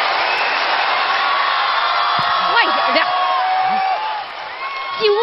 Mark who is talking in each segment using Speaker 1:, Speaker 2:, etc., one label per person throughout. Speaker 1: 嗯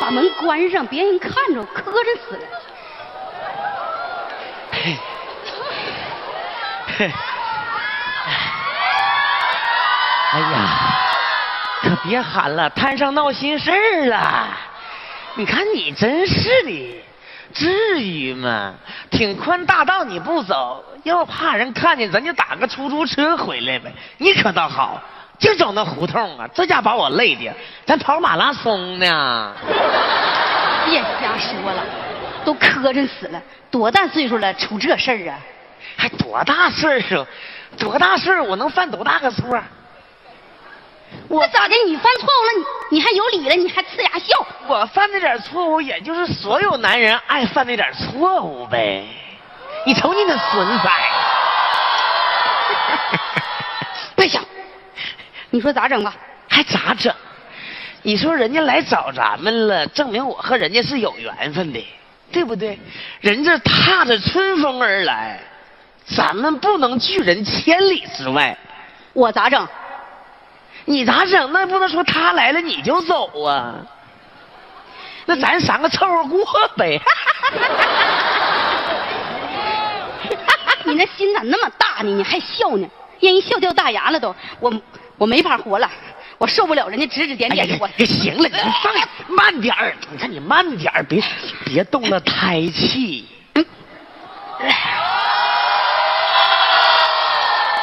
Speaker 1: 把门关上，别人看着磕碜死了。
Speaker 2: 嘿，嘿，哎呀，可别喊了，摊上闹心事儿了。你看你真是的，至于吗？挺宽大道你不走，要怕人看见，咱就打个出租车回来呗。你可倒好，净走那胡同啊，这家把我累的，咱跑马拉松呢。
Speaker 1: 别哎瞎说了，都磕碜死了，多大岁数了，出这事儿啊？
Speaker 2: 还多大岁数？多大岁数？我能犯多大个错？我
Speaker 1: 那咋的？你犯错误了，你你还有理了，你还呲牙笑？
Speaker 2: 我犯那点错误，也就是所有男人爱犯那点错误呗。你瞅你那损仔，
Speaker 1: 别想，你说咋整吧？啊
Speaker 2: 还咋整？你说人家来找咱们了，证明我和人家是有缘分的，对不对？人家踏着春风而来，咱们不能拒人千里之外。
Speaker 1: 我咋整？
Speaker 2: 你咋整？那不能说他来了你就走啊？那咱三个凑合过呗。
Speaker 1: 你那心咋那么大呢？你还笑呢？让人笑掉大牙了都，我我没法活了，我受不了人家指指点
Speaker 2: 哎呀
Speaker 1: 点的我。呃
Speaker 2: 哎行了，你放慢点儿，你看你慢点儿，别别动
Speaker 1: 哎
Speaker 2: 了胎气。
Speaker 1: 嗯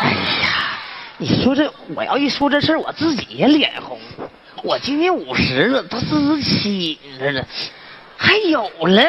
Speaker 2: 哎呀，你说这我要一说这事儿，我自己也脸红。我今年五十了，他四十七，你知道，还有了。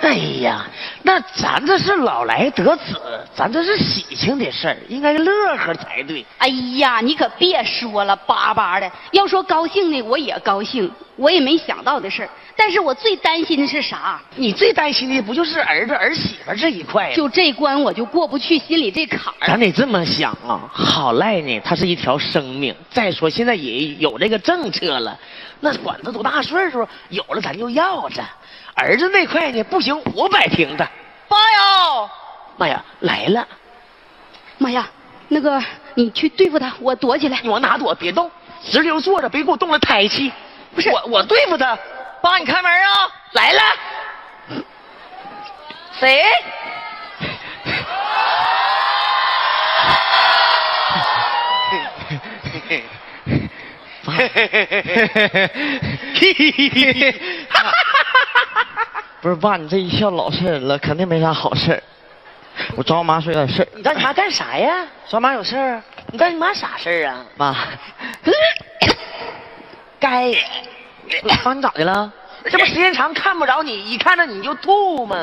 Speaker 2: 哎呀，那咱这是老来得子，咱这是喜庆的事儿，应该乐呵才对。
Speaker 1: 哎呀，你可别说了，巴巴的。要说高兴呢，我也高兴，我也没想到的事儿。但是我最担心的是啥？
Speaker 2: 你最担心的不就是儿子儿媳妇这一块吗？
Speaker 1: 就这关我就过不去，心里这坎儿。
Speaker 2: 咱得这么想啊，好赖呢，它是一条生命。再说现在也有这个政策了，那管他多大岁数，有了咱就要着。儿子那块呢，不行，我摆平他。
Speaker 1: 爸哟，
Speaker 2: 妈呀，来了！
Speaker 1: 妈呀，那个你去对付他，我躲起来
Speaker 2: 你。往哪躲？别动，直溜坐着，别给我动了胎气。
Speaker 1: 不是
Speaker 2: 我，我对付他。爸，你开门啊！来了。谁？
Speaker 3: 不是爸，你这一笑老实人了，肯定没啥好事儿。 我找我妈说点事儿。
Speaker 2: 你找你妈干啥呀？
Speaker 3: 找妈有事儿？啊
Speaker 2: 你干你妈啥事儿啊？
Speaker 3: 妈，
Speaker 2: 该，
Speaker 3: 妈你咋的了？
Speaker 2: 这不时间长看不着你，一看着你就吐 吗？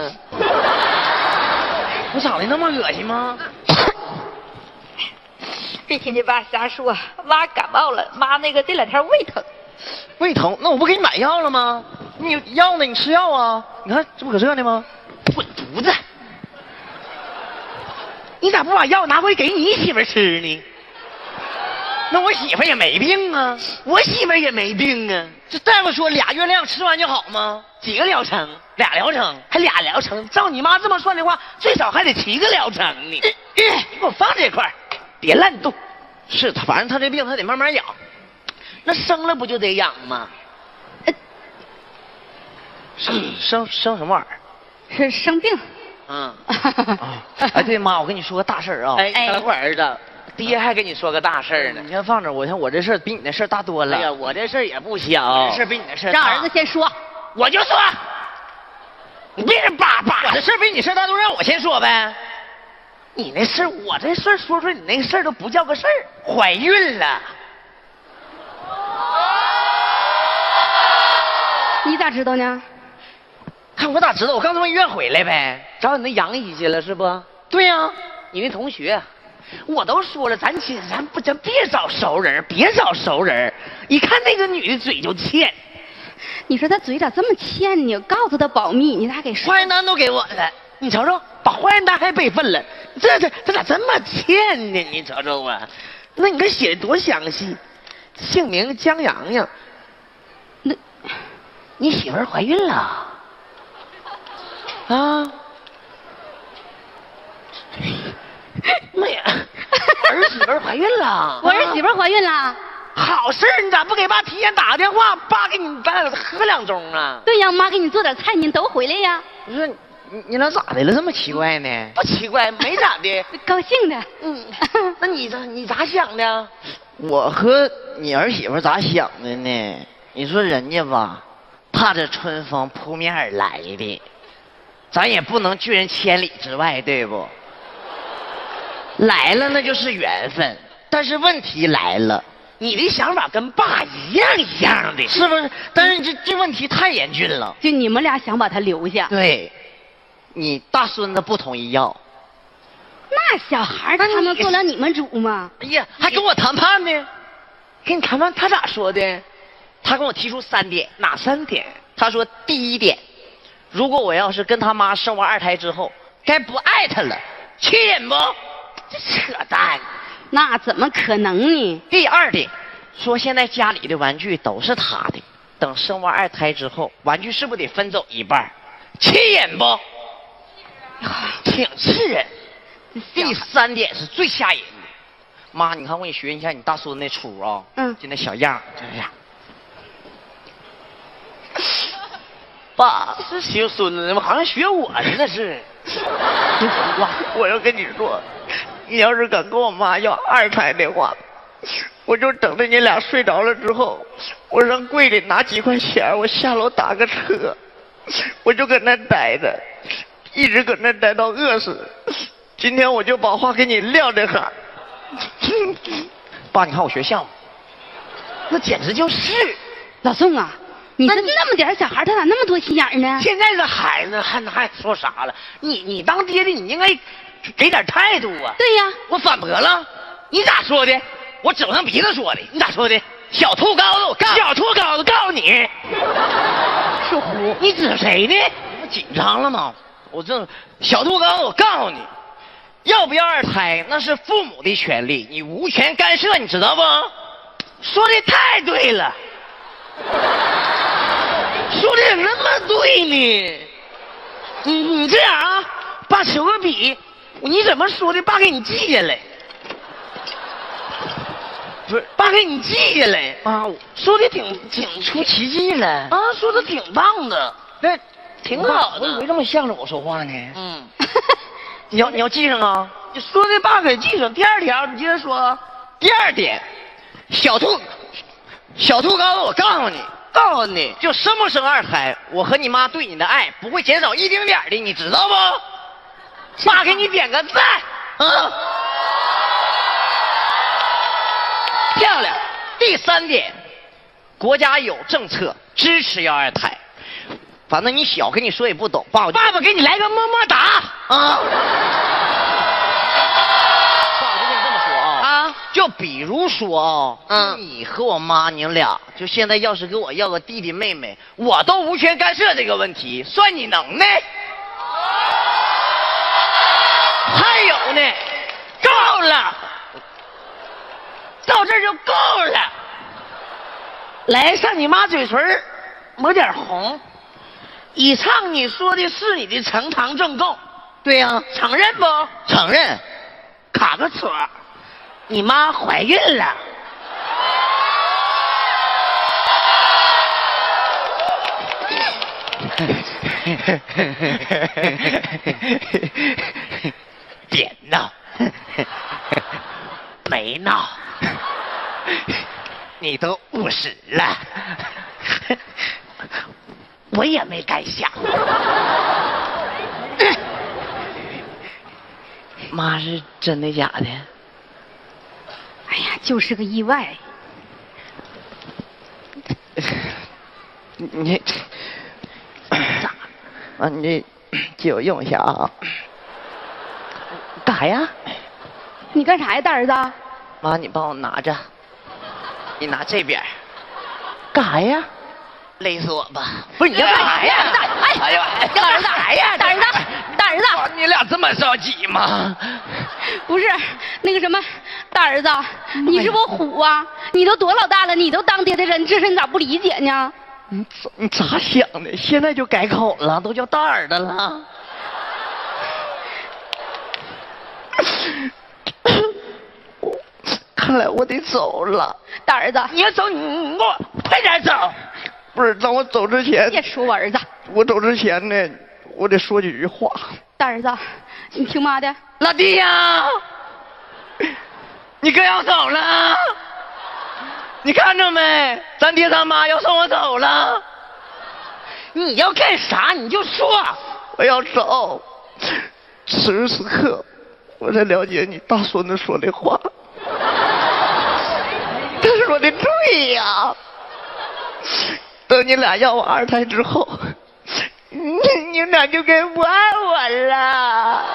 Speaker 2: 我长得那么恶心吗？
Speaker 4: 别听你爸瞎说，妈感冒了，妈那个这两天胃疼。
Speaker 3: 胃疼？那我不给你买药了吗？你药呢？你吃药啊？你看这不搁这呢吗？
Speaker 2: 滚犊子！你咋不把药拿回给你媳妇儿吃呢？那我媳妇儿也没病啊，我媳妇儿也没病啊。
Speaker 3: 这大夫说俩月亮吃完就好吗？
Speaker 2: 几个疗程？
Speaker 3: 俩疗程。
Speaker 2: 还俩疗程？照你妈这么算的话，最少还得七个疗程呢。你给我放这块儿别乱动。
Speaker 3: 呃是他，反正他这病他得慢慢养。
Speaker 2: 那生了不就得养吗？呃
Speaker 3: 生生生什么玩意儿？
Speaker 1: 是生病。
Speaker 2: 嗯。
Speaker 3: 啊！哎，对妈，我跟你说个大事儿啊！
Speaker 2: 哎，
Speaker 1: 哎
Speaker 2: 等会儿儿子，爹还跟你说个大事儿呢
Speaker 3: 你。先放着，我先我这事儿比你那事儿大多了。
Speaker 2: 哎呀，我这事儿也不小，
Speaker 3: 这事儿比你那事
Speaker 2: 啊
Speaker 3: 儿大。
Speaker 1: 让儿子先说。
Speaker 2: 我就说，你别人叭叭
Speaker 3: 我
Speaker 2: 的
Speaker 3: 的。事儿比你事儿大，都让我先说呗。
Speaker 2: 你那事儿，我这事儿说出来，你那事儿都不叫个事儿。怀孕了，
Speaker 1: 你咋知道呢？
Speaker 3: 看我咋知道？我刚从医院回来呗。
Speaker 2: 找你那杨姨去了是不？
Speaker 3: 对呀、
Speaker 2: 你那同学，我都说了，咱亲，咱不，咱别找熟人，别找熟人。一看那个女的嘴就欠，
Speaker 1: 你说他嘴咋这么欠呢？告诉他保密，你咋给说
Speaker 3: 化？验单都给我了。
Speaker 2: 你瞅瞅，把化验单还备份了，这这这咋这么欠呢？你瞅瞅啊，那你这写的多详细，姓名江洋洋，
Speaker 1: 那
Speaker 2: 你媳妇儿怀孕了啊？ 妈呀，儿媳妇儿怀孕了！
Speaker 1: 啊我儿媳妇儿怀孕了。
Speaker 2: 啊
Speaker 5: 好事儿你咋不给爸提前打个电话？爸给你咱俩喝两盅啊？
Speaker 1: 对呀，妈给你做点菜，你都回来呀，
Speaker 2: 不是你你俩咋的了？这么奇怪呢？
Speaker 5: 不奇怪，没咋的。
Speaker 1: 高兴的。
Speaker 5: 嗯， 那你咋你咋想的？
Speaker 2: 我和你儿媳妇咋想的呢？你说人家吧，踏着春风扑面而来的，咱也不能拒人千里之外，对不？来了那就是缘分，但是问题来了，
Speaker 5: 你的想法跟爸一样一样的。
Speaker 2: 是不是？但是这这问题太严峻了。
Speaker 1: 就你们俩想把他留下，
Speaker 2: 对，你大孙子不同意要，
Speaker 1: 那小孩儿他能做了你们主吗？
Speaker 5: 哎呀，还跟我谈判呢？跟你谈判，他咋说的？
Speaker 2: 他跟我提出三点，
Speaker 5: 哪三点？
Speaker 2: 他说第一点，如果我要是跟他妈生完二胎之后，该不爱他了，气人不？
Speaker 5: 这扯淡！
Speaker 1: 那怎么可能呢？
Speaker 2: 第二点，说现在家里的玩具都是他的，等生完二胎之后，玩具是不是得分走一半儿？气人不？
Speaker 5: 哎
Speaker 2: 挺气人。第三点是最吓人的，妈，你看我给你学一下你大孙子那出啊、
Speaker 1: 嗯
Speaker 2: 就那小样儿，就这 样。爸，
Speaker 5: 这学孙子好像学我似的，是。
Speaker 2: 我要跟你说，你要是敢跟我妈要二胎的话，我就等着你俩睡着了之后，我上柜里拿几块钱，我下楼打个车，我就搁那待着，一直搁那待到饿死。今天我就把话给你撂这哈。 爸，你看我学像吗？
Speaker 5: 那简直就是！
Speaker 1: 老宋啊，你这那么点儿小孩儿，他咋那么多心眼儿呢？
Speaker 5: 现在这孩子还还说啥了？你你当爹的，你应该给点态度啊！
Speaker 1: 对呀，
Speaker 5: 我反驳了，你咋说的？我指不上鼻子说的，你咋说的？小兔羔子，我告小兔羔子告诉 你，
Speaker 1: 是胡。
Speaker 5: 你指谁呢？
Speaker 2: 我紧张了吗？我这小兔羔子，我告诉你，要不要二胎那是父母的权利，你无权干涉，你知道不？
Speaker 5: 说的太对了， 说的怎么那么对呢？你你这样啊，爸求个笔，你怎么说的？爸给你记下来，
Speaker 2: 不是
Speaker 5: 爸给你记下来。
Speaker 2: 妈，我
Speaker 5: 说的挺挺出奇迹了啊，说的挺棒的，
Speaker 2: 那
Speaker 5: 挺好
Speaker 2: 我以为
Speaker 5: 的。
Speaker 2: 这么向着我说话呢。
Speaker 5: 嗯，
Speaker 2: 你要你要记上啊。
Speaker 5: 你说的爸给记上。第二条，你接着说。啊
Speaker 2: 第二点，小兔，小兔羔子，我告诉你，
Speaker 5: 告诉你，
Speaker 2: 就生不生二胎，我和你妈对你的爱不会减少一丁点儿的，你知道不？
Speaker 5: 爸给你点个赞，
Speaker 2: 啊，漂亮。第三点，国家有政策支持要二胎，反正你小跟你说也不懂，爸我就
Speaker 5: 爸爸给你来个么么哒
Speaker 2: 啊。爸，我就跟你这么说啊，
Speaker 5: 啊！
Speaker 2: 就比如说啊、
Speaker 5: 嗯
Speaker 2: 你和我妈你们俩，就现在要是给我要个弟弟妹妹，我都无权干涉这个问题，算你能耐。还有呢，
Speaker 5: 够了，到这儿就够了。来，上你妈嘴唇儿抹点红。以上你说的是你的呈堂证供，
Speaker 2: 对呀、
Speaker 5: 承认不？
Speaker 2: 承认，
Speaker 5: 卡个戳儿，你妈怀孕了。
Speaker 2: 别闹，没闹，你都五十了，
Speaker 5: 我也没敢想，
Speaker 2: 妈是真的假的？
Speaker 1: 哎呀，就是个意外。
Speaker 2: 你 这咋？啊，你这借我用一下啊。干啥呀？
Speaker 1: 你干啥呀，大儿子？
Speaker 2: 妈，你帮我拿着，你拿这边儿。干啥呀？勒死我吧！
Speaker 5: 不是你要干啥呀
Speaker 1: 大哎，
Speaker 2: 哎呀
Speaker 1: 要干啥呀？大儿子，大儿子，
Speaker 2: 啊你俩这么着急吗？
Speaker 1: 不是那个什么，大儿子，你是不是虎啊？你都多老大了，你都当爹的人，这事你咋不理解呢？
Speaker 2: 你咋你咋想的？现在就改口了，都叫大耳朵了。 我看来我得走了。
Speaker 1: 大儿子，
Speaker 2: 呃
Speaker 6: 你要走，你你给我快点走。
Speaker 2: 不是，当我走之前，
Speaker 1: 别说我儿子，
Speaker 2: 我走之前呢，我得说几句话。
Speaker 1: 大儿子，你听妈的，
Speaker 6: 老弟 呀，你哥要走了 啊，你看着没？咱爹咱妈要送我走了。 你要干啥你就说，
Speaker 2: 我要走。此时此刻，我才了解你大孙子说的话， 他说的对呀、等你俩要我二胎之后， 你你们俩就该不爱我了。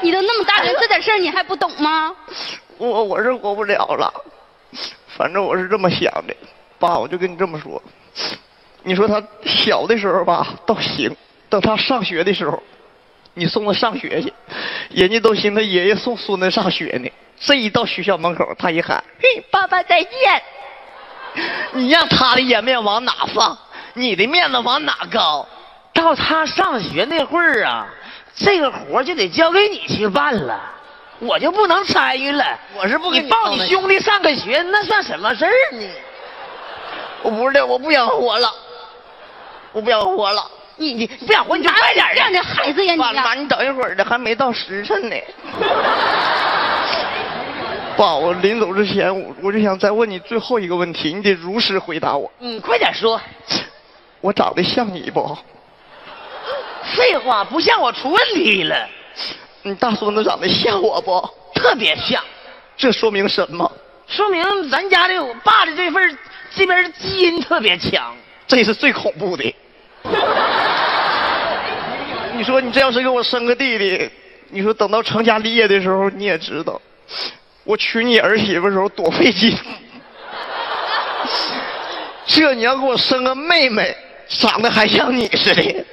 Speaker 1: 你都那么大人，这点事儿你还不懂吗？
Speaker 2: 我我是活不了了，反正我是这么想的。爸，我就跟你这么说，你说他小的时候吧倒行，等他上学的时候，你送他上学去，人家都寻思爷爷送孙子上学呢。这一到学校门口，他一喊：“嘿，爸爸再见！”你让他的颜面往哪放？你的面子往哪高？
Speaker 6: 到他上学那会儿啊，这个活儿就得交给你去办了，我就不能参与了。
Speaker 2: 我是不跟
Speaker 6: 你
Speaker 2: 你
Speaker 6: 抱
Speaker 2: 闹
Speaker 6: 你
Speaker 2: 那
Speaker 6: 兄弟上个学，那算什么事儿呢？
Speaker 2: 我不是，我不想活了，我不想活了。
Speaker 6: 你你不想活你就快点儿
Speaker 1: 这样
Speaker 6: 的
Speaker 1: 的。孩子呀，你
Speaker 2: 妈
Speaker 1: 呀
Speaker 2: 妈，，你等一会儿的，还没到时辰呢。爸，我临走之前，我我就想再问你最后一个问题，你得如实回答我。
Speaker 6: 你嗯快点说，
Speaker 2: 我长得像你不？
Speaker 6: 废话不像我出问题了，
Speaker 2: 你大孙子长得像我不？
Speaker 6: 特别像，
Speaker 2: 这说明什么？
Speaker 6: 说明咱家的我爸的这份儿这边儿基因特别强。
Speaker 2: 这是最恐怖 的。你说你这要是给我生个弟弟，你说等到成家立业的时候，你也知道，我娶你儿媳妇的时候多费劲。这你要给我生个妹妹，长得还像你 似的，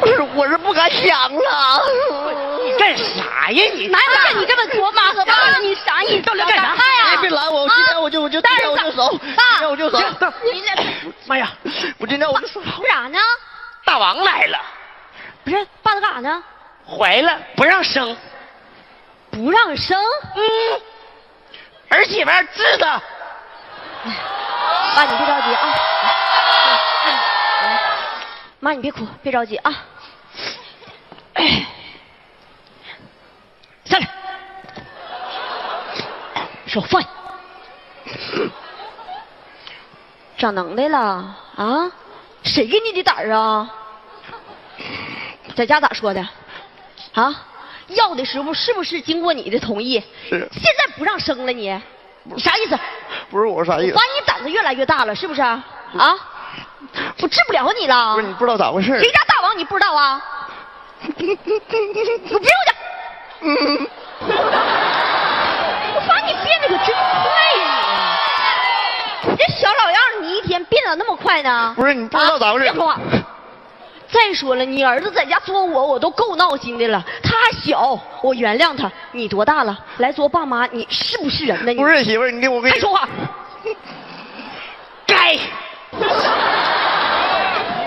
Speaker 2: 不是，我是不敢想啊了。
Speaker 6: 你干啥呀你？
Speaker 1: 哪有像你这么琢磨和爸爸？你啥意思？到底干啥呀？啊
Speaker 2: 哎，别拦我！我今天我就我就今
Speaker 1: 大儿
Speaker 2: 天
Speaker 1: 子
Speaker 2: 我就走，今
Speaker 1: 爸
Speaker 2: 天我就走。
Speaker 1: 啊你这
Speaker 6: 妈呀，
Speaker 2: 我今天我就说。
Speaker 1: 啥呢？
Speaker 6: 大王来了，
Speaker 1: 不是，爸他干啥呢？
Speaker 6: 怀了不让生，
Speaker 1: 不让生？
Speaker 6: 嗯，儿媳妇儿治他。
Speaker 7: 爸，你别着急啊。妈，你别哭，别着急啊。哎
Speaker 6: 下来，手放下。
Speaker 7: 长能耐了啊？谁给你的胆儿啊？在家咋说的？啊？要的时候是不是经过你的同意？
Speaker 2: 是
Speaker 7: 现在不让生了你，你啥意思？
Speaker 2: 不是我啥意
Speaker 7: 我
Speaker 2: 思
Speaker 7: 发，现你胆子越来越大了，是不是？啊？我治不了你了
Speaker 2: 不是。你不知道咋回事儿
Speaker 7: 谁家大王啊你不知 道啊？给我憋回去！我把你变得可真快呀、你！你这小老样儿，你一天变得那么快呢？
Speaker 2: 不是你不知道咋回事
Speaker 7: 啊别说话再说了，你儿子在家作我，我都够闹心的了。他还小，我原谅他。你多大了？来作爸妈，你是不是人呢？你
Speaker 2: 不是媳妇儿，你听我跟
Speaker 7: 还
Speaker 2: 你
Speaker 7: 说话！
Speaker 6: 该，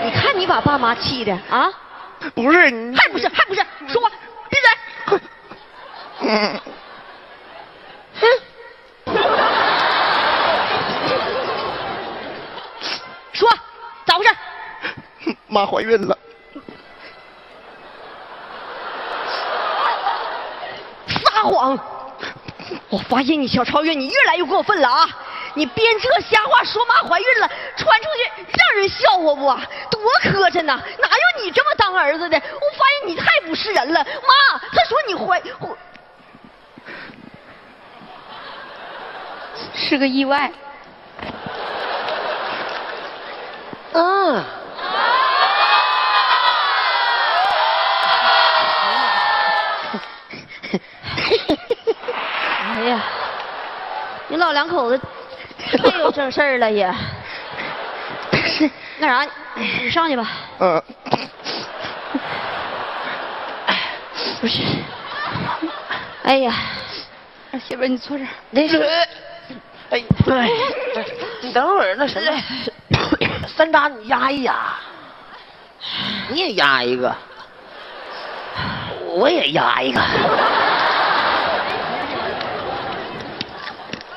Speaker 7: 你看你把爸妈气的嗯啊！
Speaker 2: 不是你
Speaker 7: 还不是还不是，说话闭嘴！
Speaker 2: 嗯，
Speaker 7: 哼， 说咋回事？
Speaker 2: 妈怀孕了，
Speaker 7: 撒谎！我发现你小超越，你越来越过分了啊！你编这瞎话说妈怀孕了，传出去让人笑话不啊？多磕碜呐！哪有你这么当儿子的？我发现你太不是人了，妈！她说你怀，我
Speaker 1: 是个意外。
Speaker 7: 啊
Speaker 6: 嗯，
Speaker 7: 哎呀，你老两口子太有正事儿了 也。那啥，你上去吧。
Speaker 2: 嗯，
Speaker 7: 不是，哎呀，
Speaker 1: 儿媳妇儿，你坐这儿。
Speaker 7: 那是
Speaker 6: 哎，哎，你等会儿那什么，山楂你压一压，你也压一个，
Speaker 2: 我也压一个。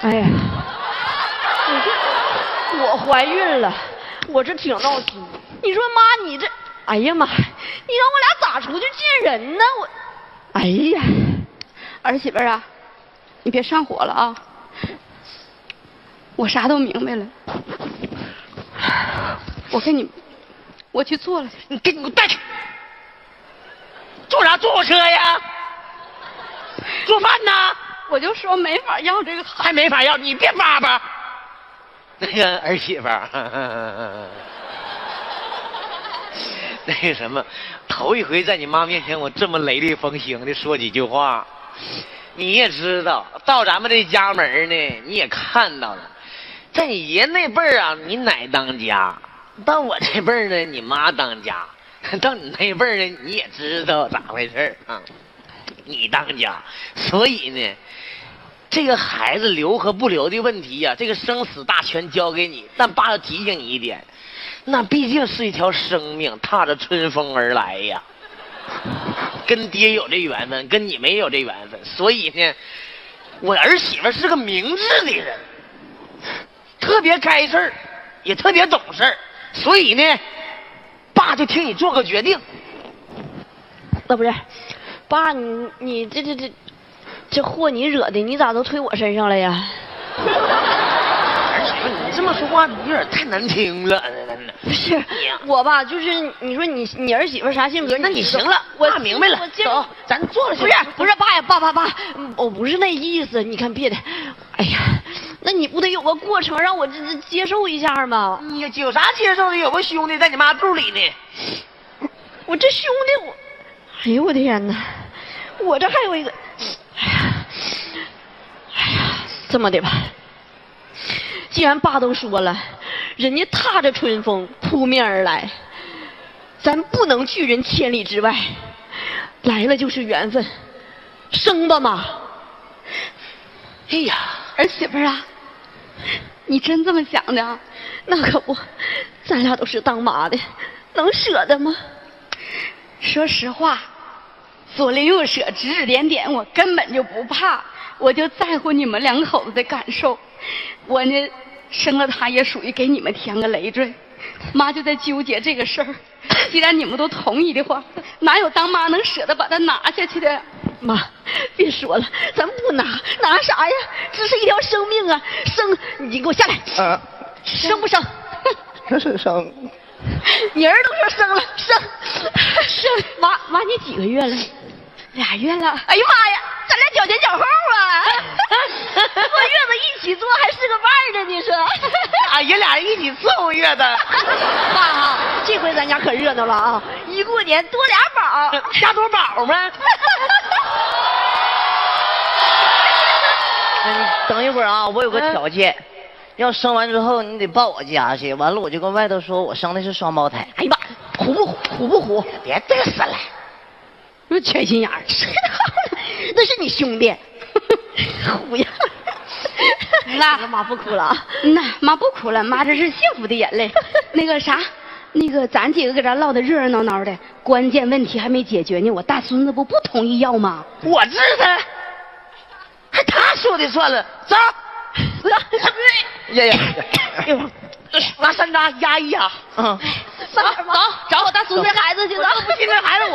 Speaker 7: 哎呀，你这我怀孕了，我这挺闹心。你说妈，你这，哎呀妈，你让我俩咋出去见人呢？我，哎呀，
Speaker 1: 儿媳妇儿啊，你别上火了啊！我啥都明白了，我跟你，我去做了。
Speaker 2: 你给你给我带去！坐啥坐我车呀？做饭呢？
Speaker 1: 我就说没法要这个孩
Speaker 2: 还没法要，你别叭叭。 那个儿媳妇儿，那个什么，头一回在你妈面前我这么雷厉风行的说几句话，你也知道，到咱们这家门儿呢，你也看到了，在你爷那辈儿啊，你奶当家；到我这辈儿呢，你妈当家；到你那辈儿呢，你也知道咋回事儿啊，你当家，所以呢。这个孩子留和不留的问题呀、这个生死大权交给你。但爸要提醒你一点，那毕竟是一条生命，踏着春风而来呀。跟爹有这缘分，跟你没有这缘分，所以呢，我儿媳妇是个明智的人，特别该事儿，也特别懂事儿，所以呢，爸就替你做个决定。
Speaker 7: 那不是，爸，你你这这这，这祸你惹的，你咋都推我身上了呀？
Speaker 2: 儿媳妇，你这么说话，你有点太难听了。
Speaker 7: 不是
Speaker 2: 你呀
Speaker 7: 我吧，就是你说你哎你儿媳妇啥性格？
Speaker 2: 那你
Speaker 7: 说
Speaker 2: 行了，
Speaker 7: 我
Speaker 2: 爸明白了
Speaker 7: 我，接
Speaker 2: 走，咱坐了去。
Speaker 7: 不是不是，爸呀，爸爸爸，嗯我不是那意思，你看别的，哎呀，那你不得有个过程让我这这接受一下吗？
Speaker 2: 你有有啥接受的？有个兄弟在你妈肚里 呢。
Speaker 7: 我这兄弟我，哎呦我的天哪，我这还有一个，哎呀，哎呀，这么的吧，既然爸都说了，人家踏着春风扑面而来，咱不能拒人千里之外，来了就是缘分，生吧妈。
Speaker 2: 哎呀，
Speaker 1: 儿媳妇儿啊，你真这么想的啊？
Speaker 7: 那可不，咱俩都是当妈的，能舍得吗？
Speaker 1: 说实话，左邻右舍指指点点，我根本就不怕，我就在乎你们两口子的感受。我呢，生了他也属于给你们添个累赘。妈就在纠结这个事儿， 既然你们都同意的话，哪有当妈能舍得把他拿下去的？哎
Speaker 7: 妈，别说了，咱不拿，拿啥呀？这是一条生命啊！生，你给我下来，
Speaker 3: 啊，
Speaker 7: 生不生？
Speaker 3: 这 是 生，
Speaker 7: 你儿都说生了，生，生。妈，妈，你几个月了？
Speaker 1: 俩月了，
Speaker 7: 哎呀妈呀，咱俩脚前脚后啊！
Speaker 1: 啊
Speaker 7: 坐月子一起坐还是个伴儿呢，你说？
Speaker 2: 啊，爷俩一起伺候 月子。呃
Speaker 7: 妈啊，这回咱家可热闹了啊！一过年多俩宝。
Speaker 2: 加多宝 吗？
Speaker 3: 等一会儿啊，我有个
Speaker 2: 嗯
Speaker 3: 条件，要生完之后你得抱我家去，完了我就跟外头说我生的是双胞胎。
Speaker 7: 哎呀妈，虎不虎？虎不虎？
Speaker 2: 别嘚瑟了，
Speaker 1: 又缺心眼儿。
Speaker 7: 那是你兄弟， 虎呀！
Speaker 1: 那
Speaker 7: 妈不哭了啊！
Speaker 1: 那妈不哭了，妈这是幸福的眼泪。那个啥，那个咱几个搁这唠得热热闹闹的，关键问题还没解决呢。我大孙子不不同意要吗？
Speaker 2: 我治他，还他说的算了。走，
Speaker 1: 哎
Speaker 2: 哎
Speaker 3: 爷爷，
Speaker 2: 拿山楂压一压。
Speaker 3: 嗯，
Speaker 2: 啊
Speaker 7: 慢点吧，
Speaker 1: 嗯找我大孙子孩子去了。
Speaker 2: 不信这孩子我啊